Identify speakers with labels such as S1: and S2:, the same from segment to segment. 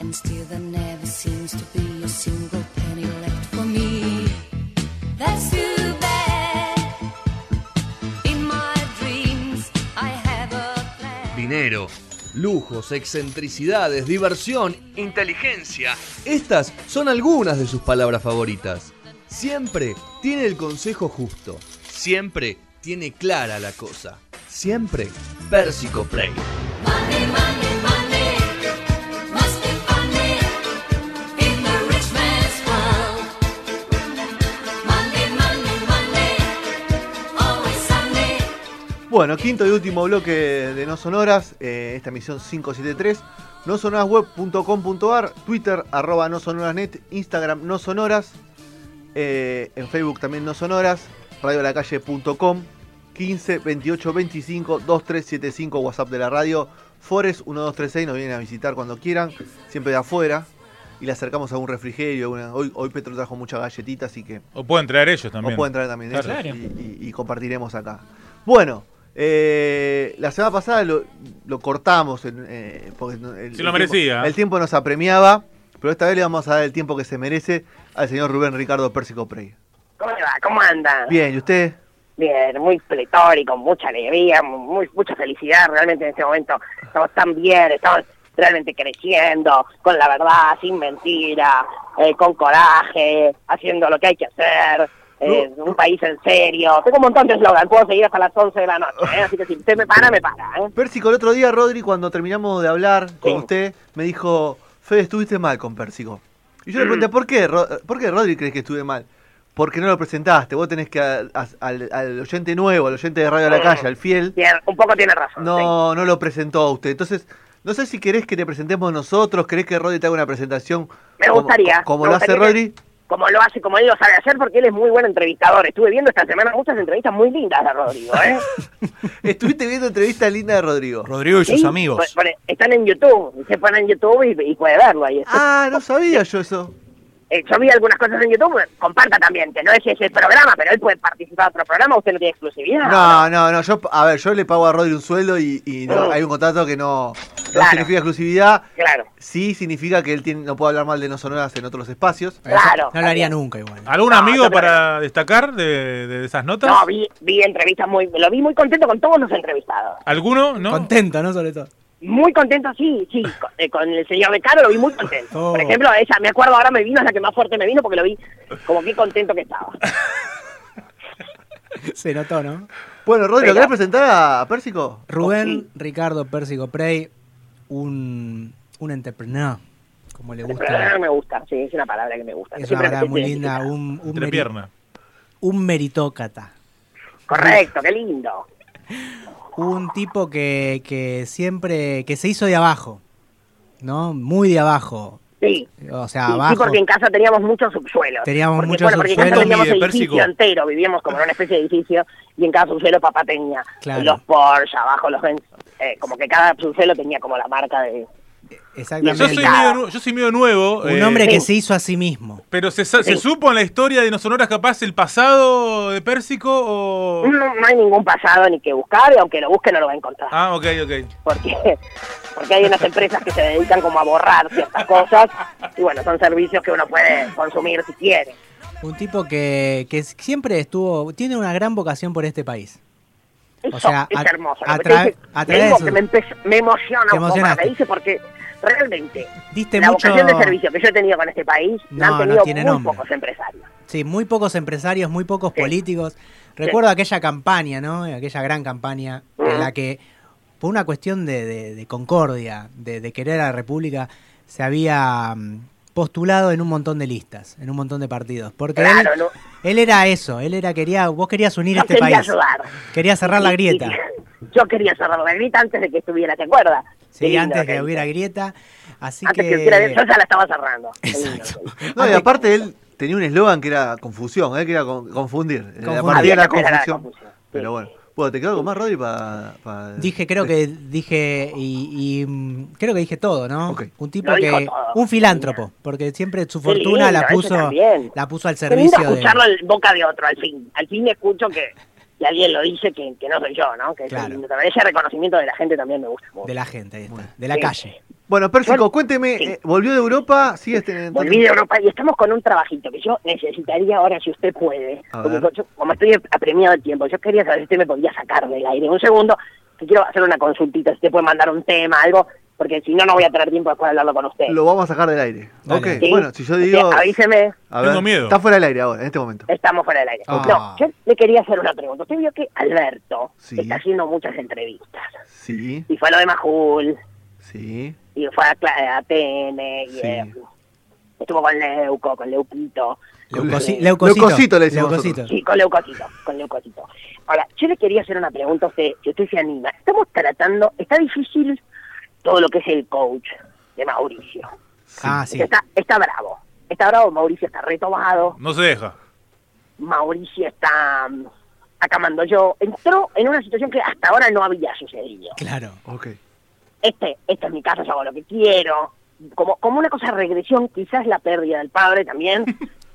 S1: and still there never seems to be a single penny left for me. That's too bad. In my dreams, I have a plan.
S2: Dinero, lujos, excentricidades, diversión, inteligencia. Estas son algunas de sus palabras favoritas. Siempre tiene el consejo justo. Siempre tiene clara la cosa. Siempre Pérsico Play.
S1: Money, money, money must be funny in the rich man's world. Money, money, money, always sunny.
S3: Bueno, quinto y último bloque de No Sonoras, eh, esta emisión 573. Nosonasweb.com.ar, Twitter arroba nosonurasnet, Instagram no sonoras, eh, en Facebook también no sonoras, radiolacalle.com, 15 28 25 2375 WhatsApp de la radio, Forest 1236, nos vienen a visitar cuando quieran, siempre de afuera, y le acercamos a un refrigerio, una- hoy, hoy Petro trajo mucha galletita, así que
S4: O pueden traer ellos
S3: o
S4: también.
S3: pueden traer también
S4: Claro.
S3: ellos
S5: Claro.
S3: y, y- y compartiremos acá. Bueno, eh, la semana pasada lo, lo cortamos. en, eh, porque no- el,
S4: Se lo
S3: el
S4: merecía.
S3: Tiempo, el tiempo nos apremiaba, pero esta vez le vamos a dar el tiempo que se merece al señor Rubén Ricardo Pérsico Prey.
S6: ¿Cómo le va? ¿Cómo anda?
S3: Bien, ¿y usted?
S6: Bien, muy pletórico, mucha alegría, muy, mucha felicidad realmente en este momento. Estamos tan bien, estamos realmente creciendo, con la verdad, sin mentira, eh, con coraje, haciendo lo que hay que hacer. eh, un país en serio. Tengo un montón de eslogan, puedo seguir hasta las 11 de la noche, ¿eh? así que si usted me para, me para. ¿eh?
S3: Pérsico, el otro día, Rodri, cuando terminamos de hablar con
S6: Sí.
S3: usted, me dijo: Fede, estuviste mal con Pérsico. Y yo le pregunté: ¿por qué, Ro- ¿por qué Rodri crees que estuve mal? Porque no lo presentaste. Vos tenés que a- a- al, al oyente nuevo, al oyente de Radio a la Calle, al fiel,
S6: Tiene- un poco tiene razón. sí.
S3: No, no lo presentó usted. Entonces, no sé si querés que te presentemos nosotros, querés que Rodri te haga una presentación.
S6: Me
S3: como-
S6: gustaría,
S3: Como,
S6: me
S3: lo hace
S6: gustaría que-
S3: Rodri.
S6: Como lo hace, como él lo sabe hacer, porque él es muy buen entrevistador. Estuve viendo esta semana muchas entrevistas muy lindas de Rodrigo, ¿eh?
S3: Estuviste viendo entrevista linda de Rodrigo.
S7: Rodrigo y sus
S6: Sí,
S7: amigos.
S6: pon- pon- están en YouTube, se ponen en YouTube y, y puede verlo ahí.
S3: Ah, no sabía yo eso.
S6: Eh, yo vi algunas cosas en YouTube, comparta también, que no es ese programa, pero él puede participar de otro programa, usted no tiene exclusividad.
S3: No, no, no. Yo, a ver, yo le pago a Rodri un sueldo y, y no, hay un contrato que no, no
S6: Claro.
S3: significa exclusividad.
S6: Claro,
S3: Sí significa que él tiene, no puede hablar mal de no sonoras en otros espacios.
S6: claro.
S7: No lo haría nunca igual.
S4: ¿Algún
S6: No,
S4: amigo
S6: yo creo
S4: para destacar de, de esas notas?
S6: No, vi, vi entrevistas muy, lo vi muy contento con todos los entrevistados.
S4: ¿Alguno? ¿No?
S7: Contento, ¿no? Sobre todo.
S6: Muy contento, sí, sí, con, eh, con el señor Becaro lo vi muy contento.
S7: Oh.
S6: Por ejemplo, ella, me acuerdo ahora me vino, es la que más fuerte me vino porque lo vi como que contento que estaba.
S7: Se notó, ¿no?
S3: Bueno, Rodri, ¿lo
S6: Pero-
S3: querés presentar a, a Pérsico?
S7: Rubén Ricardo Pérsico Prey, un, un entrepreneur, como le gusta.
S6: me gusta, sí, es una palabra que me gusta.
S7: Es una
S6: Siempre
S7: palabra
S6: me
S7: muy
S6: siento
S7: linda,
S6: identificado.
S7: un, un,
S4: Entre
S7: meri-
S4: pierna.
S7: un meritócrata.
S6: Correcto, qué lindo.
S7: Un tipo que, que siempre, que se hizo de abajo, ¿no? Muy de abajo.
S6: Sí.
S7: O sea,
S6: Sí, sí,
S7: abajo.
S6: porque en casa teníamos muchos subsuelos.
S7: Teníamos
S6: Porque,
S7: muchos
S6: bueno, porque en casa
S7: subsuelos.
S6: teníamos
S4: ¿Cuánto mide,
S6: edificio
S4: Pérsico?
S6: entero, vivíamos como en una especie de edificio y en cada subsuelo papá tenía
S7: Claro.
S6: los Porsche, abajo los Benz, eh, como que cada subsuelo tenía como la marca de...
S4: Yo
S7: Exactamente.
S4: soy, medio, nu- yo soy medio nuevo.
S7: Un
S4: eh,
S7: hombre que
S6: Sí.
S7: se hizo a sí mismo.
S4: Pero se, sa- se
S6: Sí.
S4: supo en la historia de No Sonoras capaz el pasado de Pérsico o...
S6: No, no hay ningún pasado ni que buscar y aunque lo busque no lo va a encontrar.
S4: Ah, ok, ok.
S6: Porque, porque hay unas empresas que se dedican como a borrar ciertas cosas y bueno, son servicios que uno puede consumir si quiere.
S7: Un tipo que, que siempre estuvo, tiene una gran vocación por este país.
S6: Eso
S7: O sea,
S6: es
S7: a-
S6: hermoso.
S7: a
S6: lo que te
S7: tra-
S6: dije,
S7: a
S6: te
S7: través
S6: digo
S7: de
S6: que
S7: su-
S6: me, empe- me emociona un
S7: Te
S6: poco más,
S7: emocionaste.
S6: me dice porque realmente
S7: Diste
S6: la
S7: mucho.
S6: vocación de servicio que yo he tenido con este país la
S7: No, no
S6: han tenido
S7: tiene
S6: muy
S7: nombre.
S6: pocos empresarios.
S7: Sí, muy pocos empresarios, muy pocos
S6: Sí.
S7: políticos. Recuerdo aquella campaña, ¿no? Aquella gran campaña en la que, por una cuestión de, de- de concordia, de, de querer a la República, se había mm, postulado en un montón de listas, en un montón de partidos. Porque
S6: Claro,
S7: él,
S6: no.
S7: él era eso, él era, quería, vos querías unir
S6: Yo
S7: este
S6: quería
S7: país.
S6: ayudar.
S7: Quería cerrar la
S6: Y- y-
S7: grieta.
S6: yo quería cerrar la grieta antes de que estuviera, ¿te acuerdas? Qué
S7: Sí,
S6: lindo
S7: antes
S6: que-
S7: que hubiera grieta. Así
S6: antes que...
S7: que.
S6: hubiera grieta, yo ya la estaba cerrando. Qué lindo
S7: Exacto.
S6: que-
S3: No, y
S7: Antes-
S3: aparte él tenía un eslogan que era confusión, eh, que era con- confundir. A partir
S6: Había
S3: de la
S6: que aclarar la
S3: confusión.
S6: confusión, sí.
S3: Pero bueno. Bueno, ¿te quedó algo más, Rodri? eh? para para-
S7: Dije, creo que dije, y, y, mm, creo que dije todo, ¿no?
S3: Ok.
S7: Un tipo
S6: Lo dijo
S7: que,
S6: todo.
S7: un filántropo, porque siempre su
S6: Qué
S7: fortuna
S6: lindo,
S7: la
S6: eso
S7: puso,
S6: también.
S7: la puso al
S6: Qué lindo
S7: servicio de...
S6: escucharlo en boca de otro, al fin. Al fin escucho que que alguien lo dice que, que no soy yo, ¿no? Que
S7: Claro.
S6: que me parece reconocimiento de la gente también me gusta mucho.
S7: De la gente, ahí
S3: Bueno.
S7: está. De la
S6: Sí.
S7: calle.
S3: Bueno, Pérsico,
S6: Bueno,
S3: cuénteme,
S6: sí.
S3: eh, ¿volvió de Europa? ¿Sigue este-
S6: Volví de Europa y estamos con un trabajito que yo necesitaría ahora, si usted puede.
S3: A
S6: porque
S3: ver.
S6: yo- como estoy apremiado de tiempo, yo quería saber si usted me podía sacar del aire. Un segundo, que quiero hacer una consultita, si usted puede mandar un tema, algo, porque si no, no voy a tener tiempo después de hablarlo con usted.
S3: Lo vamos a sacar del aire.
S7: Dale.
S3: ok,
S6: ¿Sí?
S3: bueno, si yo
S6: O sea,
S3: digo...
S6: avíseme,
S3: a
S4: Tengo miedo.
S3: Está fuera del aire ahora, en este momento.
S6: estamos fuera del aire.
S3: Ah.
S6: No, yo le quería hacer una pregunta. Usted vio que Alberto
S3: Sí.
S6: está haciendo muchas entrevistas.
S3: Sí,
S6: Y fue a lo de Majul,
S3: sí,
S6: y fue a, Cla- a Tene, y
S3: Sí.
S6: eh, estuvo con Leuco, con Leuquito.
S7: Leucoci-
S6: Sí.
S7: leucocito.
S3: Leucocito le decimos
S7: Leucocito.
S6: Sí, con leucocito, con leucocito. Ahora, yo le quería hacer una pregunta a usted, si usted se anima. Estamos tratando, está difícil todo lo que es el coach de Mauricio.
S7: Ah, sí.
S6: Está, está bravo, está bravo, Mauricio está retomado,
S4: No se deja.
S6: Mauricio está mm, acá mando yo. Entró en una situación que hasta ahora no había sucedido.
S7: Claro.
S3: ok.
S6: Este, este es mi caso, yo hago lo que quiero. Como, como una cosa de regresión, quizás la pérdida del padre también.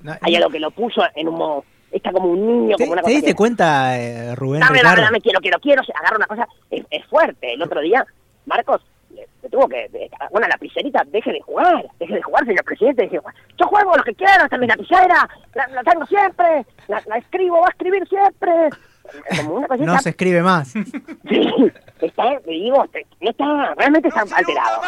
S7: No,
S6: Hay algo que lo puso en un modo, está como un niño,
S7: ¿Te,
S6: como una
S7: te
S6: cosa
S7: diste
S6: que-
S7: cuenta, eh, Rubén?
S6: dame, dame,
S7: Ricardo?
S6: dame, quiero, quiero, quiero, se agarra una cosa, es, es fuerte. El otro día, Marcos, le, le tuvo que, de- bueno, la pizerita, deje de jugar, deje de jugar, señor presidente, deje de jugar. Yo juego lo que quiero, esta es mi lapicera, la, la tengo siempre, la, la escribo, va a escribir siempre. Como una cosita,
S7: No se escribe más.
S6: sí, está, le digo, te- no está, realmente está alterado.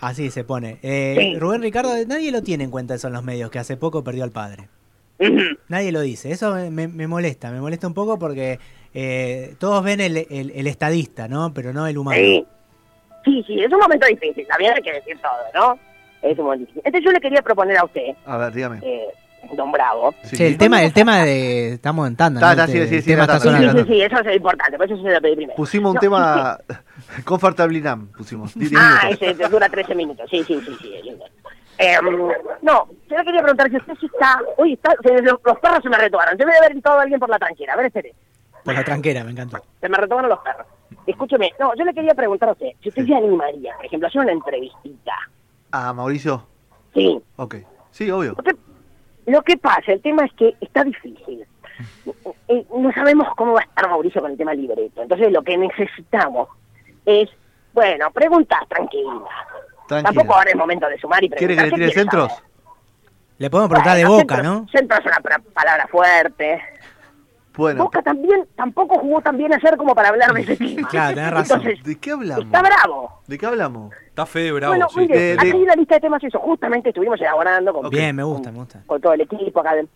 S7: Así se pone. Eh,
S6: Sí.
S7: Rubén Ricardo, nadie lo tiene en cuenta eso en los medios, que hace poco perdió al padre.
S6: Ujú.
S7: Nadie lo dice. Eso me, me molesta, me molesta un poco porque eh, todos ven el, el- el estadista, ¿no? Pero no el humano.
S6: Sí. sí, sí, es un momento difícil, también hay que decir todo, ¿no? Es un momento difícil. Entonces yo le quería proponer a usted,
S3: A ver, dígame.
S6: eh, don Bravo,
S3: Sí.
S7: Che, el tema, el tema de. Estamos en tanda.
S3: Está,
S7: ¿no?
S3: está,
S7: Te-
S3: sí, sí,
S7: el
S3: sí,
S7: tema
S3: está,
S7: está
S3: está,
S6: Sí,
S3: Perdón,
S6: sí,
S7: sonando.
S6: sí, sí, eso es importante, por eso se lo pedí primero.
S3: Pusimos un
S6: No,
S3: tema... Comfortable Nam, pusimos. diez
S6: sí, sí. Ah,
S3: minutos.
S6: ese, ese dura 13 minutos, sí, sí, sí. sí, sí. Em, no, yo le quería preguntar si usted sí está... Uy, está, se- los, los perros se me retomaron. Yo me debe haber gritado a alguien por la tranquera. A ver, espere.
S7: Por la tranquera, me encantó.
S6: Se me retomaron los perros. Escúcheme, no, yo le quería preguntar a usted si usted se animaría, por ejemplo, a hacer una entrevistita.
S3: Ah, Mauricio.
S6: Sí,
S3: Ok. Sí, obvio.
S6: Lo que- Lo que pasa, el tema es que está difícil. Eh, No sabemos cómo va a estar Mauricio con el tema libreto. Entonces lo que necesitamos es, bueno, preguntas tranquilas.
S3: Tranquila.
S6: Tampoco ahora es momento de sumar y preguntar.
S3: ¿Quiere que le
S6: ¿Qué
S3: tire
S6: quiere
S3: centros?
S6: saber?
S7: Le podemos preguntar de
S6: Bueno,
S7: boca,
S6: centro-
S7: ¿no?
S6: Centro es una pra- palabra fuerte.
S3: Bueno.
S6: Boca también tampoco jugó tan bien ayer como para hablar de ese tema.
S7: Claro, tenés razón.
S6: Entonces,
S3: ¿De qué hablamos?
S6: está bravo.
S3: ¿De qué hablamos?
S5: Está Fede Bravo,
S6: bueno,
S5: sí.
S6: mire,
S3: Eh, de-
S6: aquí la lista de temas eso. Justamente estuvimos elaborando con
S7: Bien, me gusta, me gusta.
S6: con todo el equipo acá de,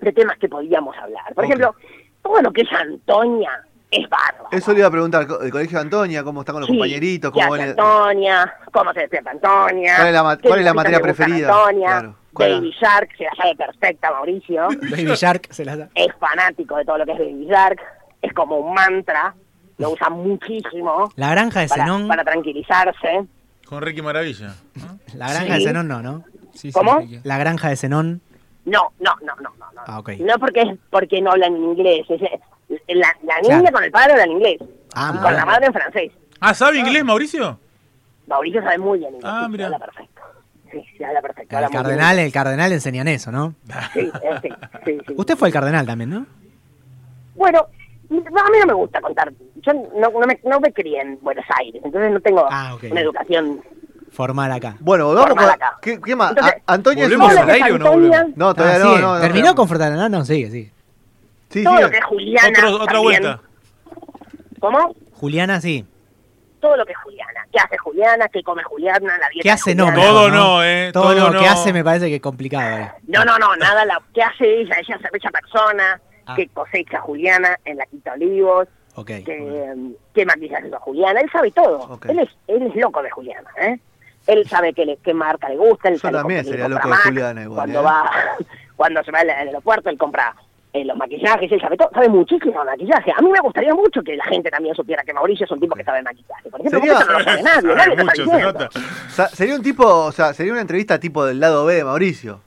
S6: de temas que podíamos hablar. Por
S3: Ok.
S6: ejemplo, todo lo que es Antonia es bárbaro.
S3: Eso le iba a preguntar. co- El colegio de Antonia, cómo están con los
S6: Sí,
S3: compañeritos,
S6: ¿qué
S3: cómo
S6: hace
S3: van el-
S6: Antonia, cómo se despierta Antonia.
S3: ¿Cuál es la ma-
S6: qué
S3: cuál es la
S6: cositas
S3: materia
S6: le gustan a
S3: preferida?
S6: Antonia.
S3: Claro, ¿cuál
S6: Baby Shark, se la sabe perfecta Mauricio.
S7: Baby Shark se la da.
S6: es fanático de todo lo que es Baby Shark. Es como un mantra. Lo usa muchísimo
S7: La granja de
S6: para,
S7: Zenón.
S6: para tranquilizarse.
S4: Con Ricky Maravilla. ¿no?
S7: La granja de
S6: Sí.
S7: Zenón no, ¿no?
S5: Sí, sí,
S6: ¿Cómo?
S5: Ricky.
S7: La granja de Zenón.
S6: No, no, no, no, no. no.
S7: Ah, ok.
S6: No porque es porque no hablan inglés. Es, eh, la, la niña
S7: Claro.
S6: con el padre habla en inglés.
S7: Ah,
S6: y con
S7: bueno.
S6: la madre en francés.
S4: Ah, ¿sabe inglés, Mauricio?
S6: Mauricio sabe muy bien inglés.
S4: Ah,
S6: sí,
S4: mira.
S6: Habla perfecto. Sí, sí, habla perfecto.
S7: El
S6: habla muy
S7: cardenal, el cardenal enseñan eso, ¿no?
S6: bien. Sí, eh, sí, sí, sí.
S7: Usted fue el cardenal también, ¿no?
S6: Bueno, no, a mí no me gusta contar. Yo no, no, me, no me crié en Buenos Aires, entonces no tengo
S7: Ah, ok.
S6: una educación.
S7: Formal acá.
S3: Bueno, volvamos
S6: Formal
S3: con...
S6: acá.
S3: ¿Qué, qué más?
S6: Entonces,
S3: A- Antonia es
S5: ¿volvemos
S3: un-
S5: al aire o no volvemos?
S3: No,
S7: Ah,
S3: todavía no,
S7: sigue.
S3: no, no,
S7: Terminó
S3: no.
S7: con Fortaleza. No, sigue, sigue.
S3: Sí,
S6: todo
S3: sí.
S6: lo que es Juliana.
S4: Otro- otra
S6: también.
S4: vuelta.
S6: ¿Cómo?
S7: Juliana sí.
S6: Todo lo que es Juliana. ¿Qué hace Juliana? ¿Qué come Juliana? La dieta
S7: ¿Qué hace no?
S6: Juliana.
S4: Todo
S7: mejor,
S4: no, eh,
S7: Todo,
S4: todo
S7: no. ¿Qué
S4: no.
S7: hace? Me parece que es complicado. eh.
S6: No, no, no, nada. La, ¿Qué hace ella? Ella es esa persona
S7: Ah.
S6: que cosecha Juliana en la Quinta Olivos,
S7: Ok.
S6: que, em, que maquillaje usa Juliana. Él sabe todo.
S3: Ok.
S6: Él, es, él es loco de Juliana. ¿eh? Él sabe qué, le- qué marca le gusta. Él
S3: Yo
S6: sabe
S3: también
S6: compra-
S3: sería
S6: compra
S3: loco de
S6: Mac,
S3: Juliana igual,
S6: Cuando,
S3: ¿eh?
S6: va, cuando se va al, al aeropuerto, él compra eh, los maquillajes. Él sabe todo. Sabe muchísimo de maquillaje. A mí me gustaría mucho que la gente también supiera que Mauricio es un tipo que sabe de maquillaje. Por ejemplo,
S3: Sería-
S6: porque eso no lo sabe nadie. nadie
S4: Sabe
S6: lo está
S4: mucho, se
S6: diciendo.
S4: nota.
S3: O sea, sería un tipo, o sea, sería una entrevista tipo del lado B de Mauricio.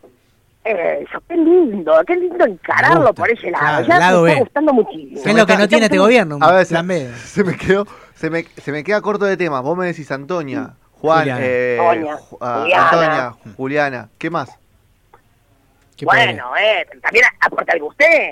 S6: Eso, qué lindo, qué lindo
S7: Me
S6: encararlo
S7: gusta.
S6: por ese
S7: Claro,
S6: lado. Ya
S7: lado
S6: me
S7: B.
S6: está gustando muchísimo.
S7: ¿Qué es lo que no tiene este gobierno?
S3: A ver,
S7: La
S3: se,
S7: B.
S3: se me quedó, se me, se me queda corto de temas. Vos me decís Antonia, Juan,
S7: Mm. Juliana.
S3: eh,
S6: Antonia,
S3: Ju- ah,
S6: Juliana.
S3: Antonia, Juliana, ¿qué más?
S7: ¿Qué Qué
S6: bueno, eh, también aporte algo usted.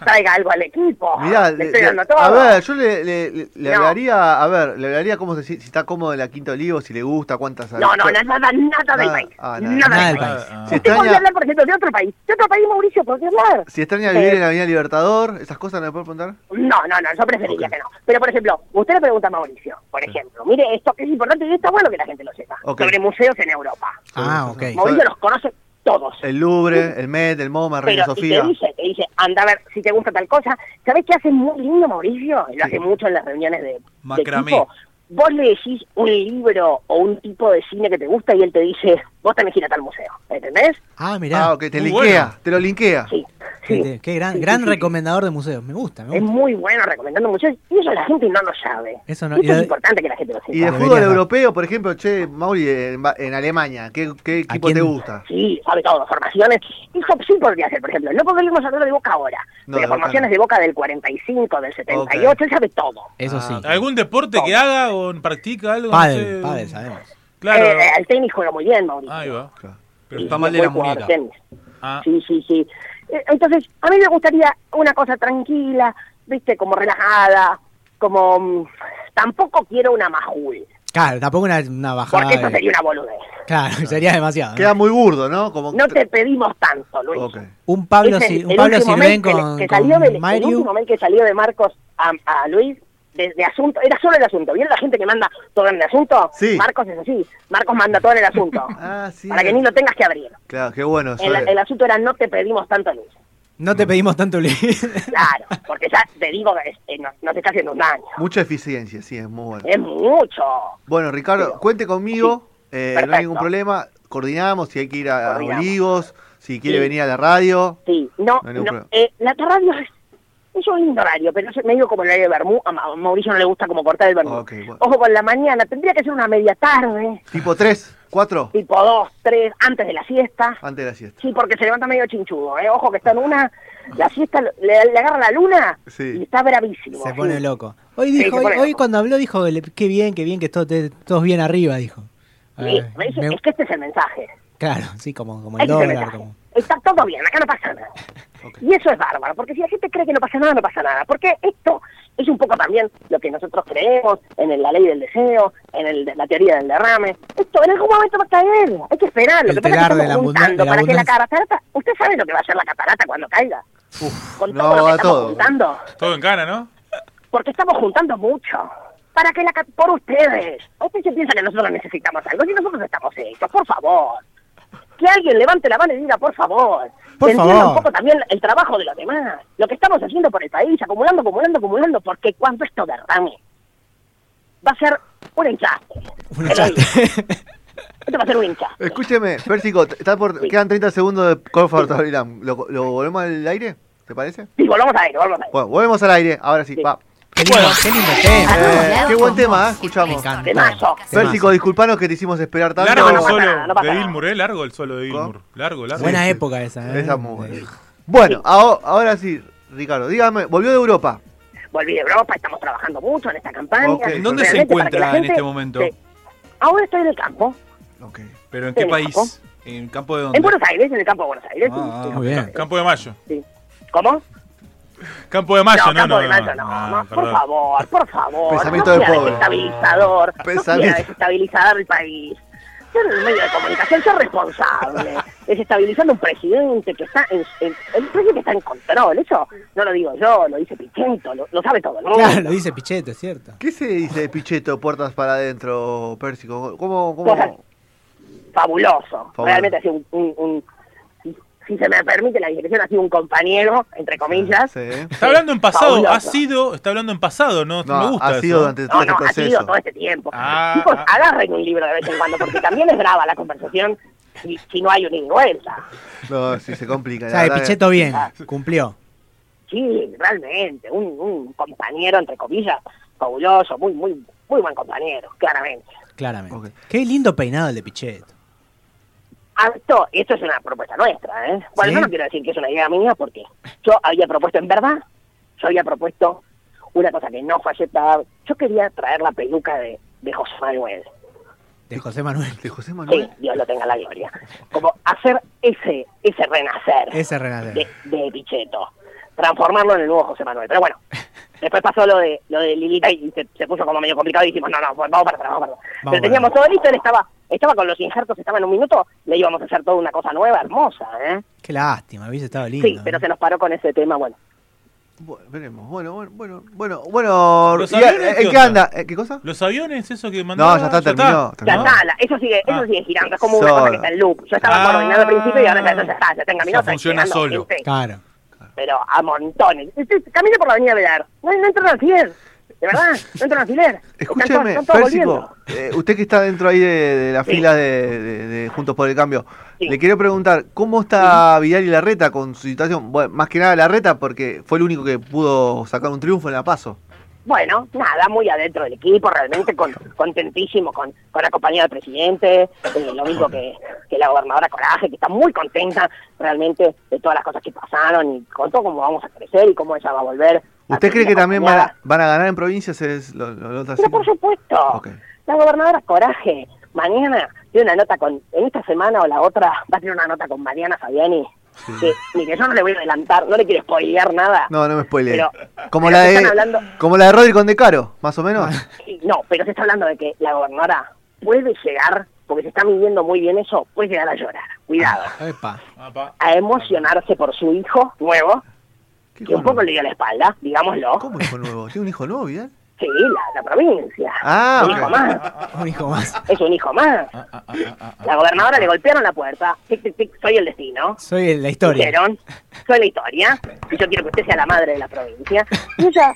S6: Traiga algo al equipo.
S3: Mirá,
S6: Ah, le
S3: le-
S6: estoy
S3: le-
S6: dando todo.
S3: a ver, yo le, le, le- le
S6: No.
S3: hablaría, a ver, le hablaría cómo se, si está cómodo en la Quinta Olivo, si le gusta, cuántas...
S6: no, no, nada, nada, nada del
S3: Nada,
S6: país.
S3: ah, nada.
S6: nada,
S7: Nada
S6: del
S7: del
S6: país.
S7: país.
S4: Ah,
S3: Sí.
S4: ah.
S6: Usted
S3: Extraña-
S6: podría hablar, por ejemplo, de otro país. ¿De otro país, Mauricio? ¿Por qué hablar?
S3: Si extraña
S6: Sí.
S3: vivir en Avenida Libertador, esas cosas no le puedo preguntar.
S6: No, no, no, yo preferiría que no. Pero, por ejemplo, usted le pregunta a Mauricio, por ejemplo, mire, esto que es importante y está bueno que la gente lo sepa,
S3: Ok.
S6: sobre museos en Europa.
S7: Ah, ok.
S6: Mauricio los conoce todos.
S3: El Louvre, el Met, el MoMA, Reina
S6: Pero y
S3: Sofía.
S6: te dice, te dice, anda a ver si te gusta tal cosa. ¿Sabés qué hace muy lindo, Mauricio? Lo hace mucho en las reuniones de, de
S5: Macramé.
S6: equipo. Vos le decís un libro o un tipo de cine que te gusta y él te dice, vos tenés que ir a tal museo, ¿entendés?
S7: Ah, mirá.
S3: Ah, ok, te
S4: Muy
S3: linkea,
S4: bueno.
S3: te lo linkea.
S6: Sí, sí.
S7: Qué, qué gran,
S6: Sí, sí,
S7: gran
S6: sí.
S7: recomendador de museos. Me gusta, me
S6: Es
S7: gusta.
S6: muy bueno recomendando museos y eso la gente no lo sabe.
S7: Eso no-
S6: Y
S7: y
S6: es
S7: de-
S6: importante que la gente lo sepa.
S3: Y de
S7: Debería
S3: fútbol
S7: estar.
S3: europeo, por ejemplo, che, Mauri, en, Ba- en Alemania, ¿qué, qué equipo
S7: quién?
S3: te gusta?
S6: Sí, sabe todo, formaciones. Eso sí podría ser, por ejemplo. No podemos hablar de Boca ahora,
S3: No, de
S6: pero
S3: Boca
S6: formaciones
S3: no.
S6: de Boca del 45, del 78, él sabe todo.
S7: Eso sí.
S4: ¿Algún deporte que haga o practica algo? No
S7: Padel,
S4: sé.
S7: padel, sabemos.
S4: Claro.
S6: Eh, el tenis juega muy bien, Mauricio.
S4: Ahí va.
S3: Claro.
S5: Pero
S6: Sí,
S5: está mal de
S6: buen
S5: la
S6: jugador
S5: muñeca.
S6: de tenis.
S4: Ah,
S6: Sí, sí, sí. Eh, Entonces, a mí me gustaría una cosa tranquila, viste, como relajada, como... mm, Tampoco quiero una majul,
S7: Claro, tampoco una, una bajada.
S6: porque eso
S7: de-
S6: sería una boludez.
S7: Claro, sería demasiado. ¿no?
S3: Queda muy burdo, ¿no? Como
S6: No te pedimos tanto, Luis.
S3: Ok.
S7: Un Pablo,
S6: Es el-
S7: Si- un
S6: el
S7: Pablo
S6: último
S7: Sirven
S6: mail que le-
S7: con,
S6: que
S7: con
S6: salió del-
S7: Mario.
S6: El último mail que salió de Marcos a, a Luis, de, de asunto, era solo el asunto. ¿Vieron la gente que manda todo en el asunto?
S3: Sí.
S6: Marcos es así. Marcos manda todo en el asunto.
S3: Ah, sí.
S6: para que ni lo tengas que abrir.
S3: Claro, qué bueno. eso
S6: El,
S3: es.
S6: el asunto era no te pedimos tanto Luis.
S7: No
S4: Mm.
S7: te pedimos tanto, Luis.
S6: Claro, porque ya te digo que es- eh, no, no te está haciendo un daño.
S3: Mucha eficiencia, sí, es muy bueno.
S6: Es mucho.
S3: Bueno, Ricardo, cuente conmigo, eh, no
S6: Perfecto.
S3: hay ningún problema. Coordinamos si hay que ir a, a
S6: Coordinamos.
S3: Olivos, si quiere
S6: Sí.
S3: venir a la radio.
S6: Sí, no,
S3: No hay ningún
S6: no,
S3: problema.
S6: eh, la radio es, es un lindo horario, pero es medio como el horario de Bermú. A Ma- a Mauricio no le gusta como cortar el Bermú.
S3: Ok, bueno.
S6: Ojo con la mañana, tendría que ser una media tarde.
S3: Tipo 3, 4,
S6: tipo 2, 3, antes de la siesta.
S3: antes de la siesta.
S6: Sí, porque se levanta medio chinchudo, ¿eh? Ojo que está en una, la siesta le, le agarra la luna
S3: Sí.
S6: y está bravísimo.
S7: Se
S6: sí.
S7: pone loco. Hoy
S6: Sí,
S7: dijo,
S6: se
S7: hoy,
S6: pone
S7: hoy
S6: loco.
S7: cuando habló dijo, le- qué bien, qué bien que todo te- todos bien arriba, dijo.
S6: Sí,
S7: Eh,
S6: me dice,
S7: me-
S6: es que este es el mensaje.
S7: Claro, sí, como, como el
S6: Este es el
S7: dólar.
S6: mensaje.
S7: Como...
S6: Está todo bien, acá no pasa nada. Y eso es bárbaro, porque si la gente cree que no pasa nada, no pasa nada. Porque esto es un poco también lo que nosotros creemos en el- la ley del deseo, en el- la teoría del derrame. Esto en algún momento va a caer, hay que esperarlo.
S7: El
S6: Lo que pasa es
S7: telar
S6: que
S7: de
S6: estamos
S7: la abundan-
S6: juntando
S7: de la
S6: para que la
S7: abundancia.
S6: catarata, ¿usted sabe lo que va a ser la catarata cuando caiga? Con
S3: no,
S6: todo lo que
S3: va
S6: estamos
S3: todo.
S6: juntando.
S4: todo en cana, ¿no?
S6: porque estamos juntando mucho. Para que la ca- por ustedes. Ustedes se piensan que nosotros necesitamos algo y nosotros estamos hechos, por favor. Que alguien levante la mano y diga, por favor.
S7: Por
S6: Que entienda
S7: favor.
S6: un poco también el trabajo de los demás. Lo que estamos haciendo por el país, acumulando, acumulando, acumulando, porque cuando esto derrame, va a ser un hinchaste.
S7: Un hinchaste.
S6: Esto va a ser un hinchaste.
S3: Escúcheme, Pérsico, t- está por,
S6: Sí.
S3: quedan 30 segundos de Confort Torilam. ¿Lo, ¿Lo volvemos al aire? ¿Te parece?
S6: Sí, volvamos a ver, volvamos a ver.
S3: Bueno, volvemos al aire, ahora sí,
S6: Sí.
S3: va.
S7: Qué lindo, qué lindo tema.
S3: Eh, qué buen tema, ¿eh?
S7: Me
S3: escuchamos.
S7: encanta.
S6: Temazo.
S3: Pérsico, disculpanos que te hicimos esperar tanto.
S4: Largo el
S6: no pasa
S4: solo
S6: nada, no pasa
S4: de
S6: nada.
S4: Gilmour, ¿eh? Largo el solo de Gilmour. Largo, largo.
S7: Buena
S3: Sí, sí.
S7: época esa. ¿eh?
S3: Esa mujer. Bueno, aho- ahora sí, Ricardo, dígame, volvió de Europa.
S6: Volví de Europa, estamos trabajando mucho en esta campaña.
S3: Ok, ¿en
S5: dónde
S6: Realmente para que
S5: se
S6: la
S5: encuentra en
S6: gente
S5: este momento?
S6: se- Ahora estoy en el campo,
S3: Ok.
S5: ¿Pero en qué
S6: ¿En el campo?
S5: país? ¿En campo de dónde?
S6: en Buenos Aires, en el campo de Buenos Aires.
S5: Ah,
S6: Sí,
S5: ah,
S6: sí.
S7: Muy bien.
S4: Campo de Mayo.
S6: Sí. ¿Cómo?
S4: Campo de Mayo,
S6: no,
S4: Ah, no,
S6: Campo
S4: no,
S6: de Mayo, no, no,
S4: Ah,
S6: por
S4: perdón.
S6: favor, por favor.
S3: Pensamiento
S6: no
S3: de
S6: sea
S3: pobre.
S6: Desestabilizador. No sea
S3: Pensamiento.
S6: desestabilizador el país. Yo en el medio de comunicación soy responsable. Desestabilizando un presidente que está en, en- el presidente que está en control. Eso no lo digo yo, lo dice Pichetto, lo, lo sabe todo el mundo.
S7: Claro, lo dice Pichetto, es cierto.
S3: ¿Qué se dice de Pichetto, puertas para adentro, Pérsico? ¿Cómo,
S6: Cosas-
S3: cómo?
S6: Fabuloso.
S3: Fabuloso.
S6: Realmente ha sido un, un- un- si, si se me permite la discreción, ha sido un compañero, entre comillas.
S3: Sí.
S4: Está hablando en pasado,
S6: Fabuloso.
S4: ha sido, está hablando en pasado, no,
S3: No,
S4: me gusta.
S3: ha
S4: eso,
S3: sido
S4: ¿eh?
S3: durante todo
S6: No,
S3: este
S6: no, ha sido
S3: proceso.
S6: todo este tiempo.
S4: Ah,
S6: Chicos,
S4: ah.
S6: agarren un libro de vez en cuando, porque también es brava la conversación y si no hay un ida y vuelta.
S3: No, sí, se complica.
S7: O
S3: la
S7: sea, de
S3: verdad que-
S7: Pichetto bien,
S6: Ah.
S7: cumplió.
S6: Sí, realmente, un, un compañero, entre comillas, fabuloso, muy, muy, muy buen compañero, claramente.
S7: Claramente.
S3: Ok.
S7: Qué lindo peinado el de Pichetto.
S6: Ah, Esto, esto es una propuesta nuestra, ¿eh? Bueno,
S7: ¿Sí?
S6: yo no quiero decir que es una idea mía, porque yo había propuesto, en verdad, yo había propuesto una cosa que no fue aceptada. Yo quería traer la peluca de, de José Manuel.
S7: de José Manuel.
S3: De José
S6: Sí,
S3: Manuel.
S6: Dios lo tenga en la gloria. Como hacer ese, ese renacer
S7: Ese renacer.
S6: de, de Pichetto. Transformarlo en el nuevo José Manuel. Pero bueno, después pasó lo de, lo de Lilita y se, se puso como medio complicado y dijimos, no, no, pues vamos para atrás, vamos para atrás.
S7: Vamos para
S6: Pero teníamos
S7: atrás.
S6: todo listo, él estaba, estaba con los injertos, estaba en un minuto, le íbamos a hacer toda una cosa nueva, hermosa, ¿eh?
S7: Qué lástima, hubiese estado lindo. ¿eh?
S6: Sí, pero
S7: ¿no?
S6: se nos paró con ese tema, bueno.
S3: Bueno, veremos. Bueno, bueno, bueno, bueno, bueno.
S4: ¿Los
S3: ¿Y
S4: aviones
S3: a-
S4: qué
S3: ¿En qué
S4: onda?
S3: anda? ¿Eh, ¿Qué cosa?
S4: ¿Los aviones, eso que mandaron?
S3: No, ya está, terminó,
S6: Ya
S3: ¿No?
S6: está, la- eso sigue, eso
S4: Ah.
S6: sigue girando, es como una cosa
S3: Solo.
S6: que está en loop. Yo estaba
S4: Ah.
S6: coordinado al principio y ahora ya, ya está, ya tenga mi
S5: Ya
S6: nota.
S5: funciona
S6: llegando,
S5: solo.
S6: ¿viste?
S7: Claro.
S6: pero a montones. Este, Camina por la avenida Velar. No, no entra un alfiler. De verdad, no entra un alfiler.
S3: Escúcheme,
S6: Están todos- están todos
S3: Férsico,
S6: volviendo.
S3: eh, usted que está dentro ahí de, de la
S6: Sí.
S3: fila de, de- de Juntos por el Cambio,
S6: Sí.
S3: le quiero preguntar, ¿cómo está Vidal y Larreta con su situación? Bueno, más que nada Larreta, porque fue el único que pudo sacar un triunfo en la paso.
S6: Bueno, nada, muy adentro del equipo, realmente con- contentísimo con, con la compañía del presidente, eh, lo mismo que, que la gobernadora Coraje, que está muy contenta realmente de todas las cosas que pasaron y con todo cómo vamos a crecer y cómo ella va a volver. a
S3: ¿Usted cree
S6: seguir
S3: que también van a,
S6: acompañada.
S3: van a ganar en provincias? Es lo, lo- lo-
S6: Pero por supuesto,
S3: Ok.
S6: la gobernadora Coraje, mañana tiene una nota con, en esta semana o la otra, va a tener una nota con Mariana Fabiani, que, ni que yo no le voy a adelantar, no le quiero spoilear nada.
S3: No, no me spoile.
S6: Pero-
S3: Como,
S6: pero
S3: la
S6: se
S3: de,
S6: están hablando-
S3: como la de Rodri con De Caro, más o menos.
S6: Sí, no, pero se está hablando de que la gobernadora puede llegar, porque se está midiendo muy bien eso, puede llegar a llorar, cuidado,
S7: Epa.
S4: Ah,
S6: a emocionarse por su hijo nuevo,
S3: ¿Qué
S6: que un
S3: hijo nuevo?
S6: poco le dio la espalda, digámoslo.
S3: ¿Cómo hijo nuevo? ¿Tiene un hijo nuevo, Vidal?
S6: Sí, la, la provincia.
S3: Ah,
S6: un hijo
S3: ok. Ah,
S6: más,
S7: Un hijo más.
S6: es un hijo más. La gobernadora le golpearon la puerta, tic, tic, tic, soy el destino.
S7: Soy la historia.
S6: Dijeron, soy la historia, y yo quiero que usted sea la madre de la provincia. Y ella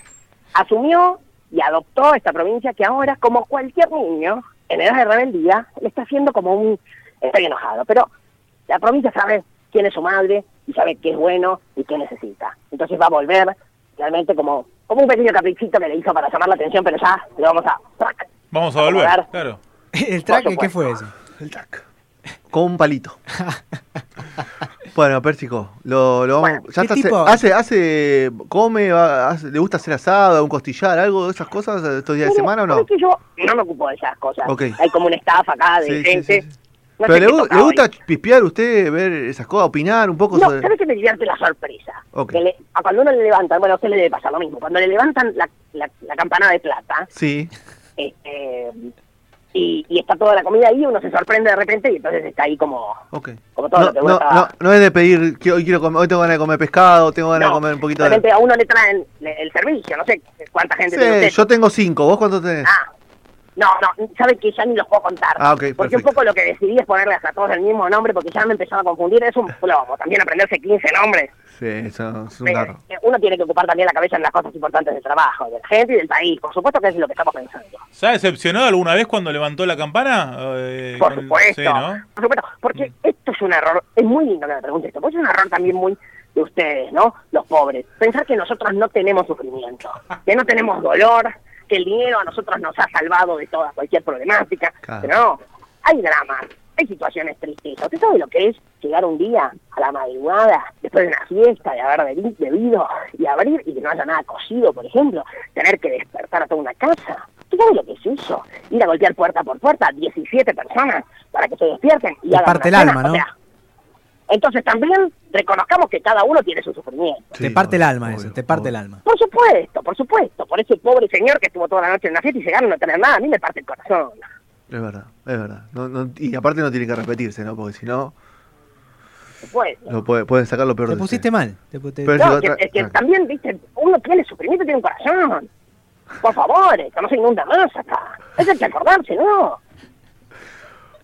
S6: asumió y adoptó esta provincia que ahora, como cualquier niño, en edad de rebeldía, le está haciendo como un... Estoy enojado, pero la provincia sabe quién es su madre y sabe qué es bueno y qué necesita. Entonces va a volver realmente como, como un pequeño caprichito que le hizo para llamar la atención, pero ya le vamos a... ¡prac!
S4: Vamos a volver, claro.
S7: ¿El track
S6: Por
S7: qué fue eso?
S3: El tac. Con un palito. bueno, Pérsico, lo, lo vamos.
S6: Bueno,
S3: ya
S7: ¿qué
S3: está, se-
S7: tipo?
S3: hace, hace, come, va- hace- le gusta hacer asado, un costillar, algo de esas cosas eh, estos días de
S6: Mire,
S3: semana o no?
S6: ¿sabe que yo no me ocupo de esas cosas.
S3: Ok.
S6: Hay como una estafa acá de
S3: Sí, sí, sí,
S6: gente.
S3: sí.
S6: No
S3: Pero
S6: sé
S3: le,
S6: qué
S3: gu-
S6: toca
S3: le
S6: hoy.
S3: gusta pispear usted, ver esas cosas, opinar un poco
S6: No,
S3: sobre.
S6: ¿sabes que me divierte la sorpresa?
S3: Ok.
S6: Que le- a cuando uno le levantan, bueno, a usted le debe pasar lo mismo. Cuando le levantan la, la, la campana de plata
S3: Sí,
S6: este, y, y está toda la comida ahí, uno se sorprende de repente y entonces está ahí como,
S3: ok.
S6: como todo
S3: No,
S6: lo que
S3: no,
S6: uno
S3: no,
S6: estaba-
S3: no es de pedir que hoy quiero comer, hoy tengo ganas de comer pescado, tengo ganas de
S6: No,
S3: comer un poquito
S6: de
S3: de.
S6: repente a uno le traen le- el servicio, no sé cuánta gente tiene
S3: Sí,
S6: usted.
S3: yo tengo cinco, ¿vos cuántos tenés?
S6: Ah, no, no, sabe que ya ni los puedo contar.
S3: Ah, ok,
S6: porque un
S3: perfecto.
S6: poco lo que decidí es ponerles a todos el mismo nombre porque ya me empezaba a confundir. Es un plomo también aprenderse 15 nombres.
S3: Sí, eso es un
S6: Pero,
S3: garro.
S6: eh, uno tiene que ocupar también la cabeza en las cosas importantes del trabajo, de la gente y del país. Por supuesto que es lo que estamos pensando.
S4: ¿Se ha decepcionado alguna vez cuando levantó la campana? Eh,
S6: Por
S4: con-
S6: supuesto.
S4: Sí, ¿no? Mm.
S6: Por supuesto. Porque esto es un error. Es muy lindo que me pregunte esto. Porque es un error también muy de ustedes, ¿no? Los pobres. Pensar que nosotros no tenemos sufrimiento, que no tenemos dolor, que el dinero a nosotros nos ha salvado de toda cualquier problemática.
S3: Claro.
S6: Pero no. Hay dramas. Hay situaciones tristes. ¿Usted sabe lo que es llegar un día a la madrugada, después de una fiesta, de haber bebi- bebido y abrir y que no haya nada cocido, por ejemplo? Tener que despertar a toda una casa. ¿Tú sabes lo que es eso? Ir a golpear puerta por puerta a 17 personas para que se despierten y
S7: Te
S6: hagan
S7: parte
S6: una
S7: el
S6: cena,
S7: alma,
S6: o
S7: ¿no?
S6: sea, entonces también reconozcamos que cada uno tiene su sufrimiento.
S3: Sí,
S7: te parte el
S3: obvio,
S7: alma eso,
S3: obvio,
S7: te parte el
S3: obvio.
S7: alma.
S6: Por supuesto, por supuesto. Por ese pobre señor que estuvo toda la noche en la fiesta y llegaron a no tener nada, a mí me parte el corazón.
S3: Es verdad, es verdad. No, no- y aparte no tiene que repetirse, ¿no? Porque si no,
S6: Por supuesto.
S3: lo puede- pueden sacar lo peor
S7: Te
S3: de
S7: pusiste
S3: usted.
S7: mal. Te, pu- te-
S3: Pero-
S6: No, que,
S3: otra-
S6: es que
S3: otra.
S6: también, viste, uno tiene sufrimiento, tiene un corazón. Por favor, esto no se inunda más acá. Eso hay que acordarse, ¿no?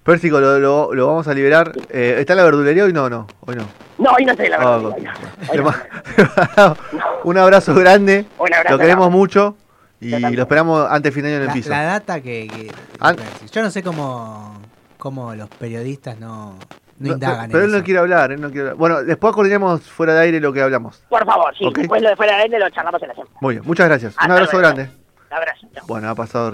S3: Pérsico, lo, lo- lo vamos a liberar. Eh, ¿Está en la verdulería hoy? No, no, hoy no.
S6: No, hoy no estoy en la
S3: Ah,
S6: verdad.
S3: ok.
S6: hoy no, hoy
S3: Le
S6: no.
S3: ma- Un abrazo grande.
S6: Un abrazo
S3: Lo queremos
S6: grande.
S3: mucho y
S6: Yo también.
S3: lo esperamos antes de final de año en
S7: la,
S3: el piso. Ah.
S7: la data que. que-
S3: Al-
S7: yo no sé cómo, cómo los periodistas no, no
S3: No,
S7: indagan.
S3: pero pero
S7: en
S3: él no
S7: eso.
S3: quiere hablar, él no quiere hablar. Bueno, después coordinemos fuera de aire lo que hablamos.
S6: Por favor, sí.
S3: Ok.
S6: Después lo de fuera de él lo charlamos en la semana.
S3: Muy bien, muchas gracias. Un
S6: Hasta
S3: abrazo
S6: luego.
S3: grande.
S6: Abrazo. chao.
S3: Bueno, ha pasado